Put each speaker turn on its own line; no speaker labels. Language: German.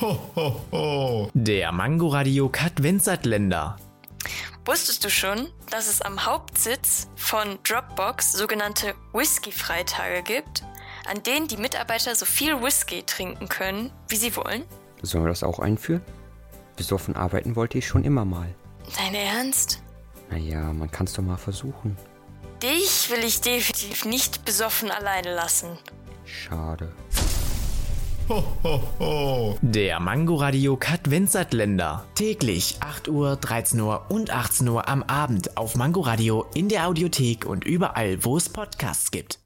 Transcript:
Ho, ho, ho. Der Mangoradioc hat Länder.
Wusstest du schon, dass es am Hauptsitz von Dropbox sogenannte Whisky-Freitage gibt, an denen die Mitarbeiter so viel Whisky trinken können, wie sie wollen?
Sollen wir das auch einführen? Besoffen arbeiten wollte ich schon immer mal.
Dein Ernst?
Naja, man kann es doch mal versuchen.
Dich will ich definitiv nicht besoffen alleine lassen.
Schade.
Ho, ho, ho. Der Mangoradioc hat Länder.
Täglich 8 Uhr, 13 Uhr und 18 Uhr am Abend auf Mangoradio in der Audiothek und überall, wo es Podcasts gibt.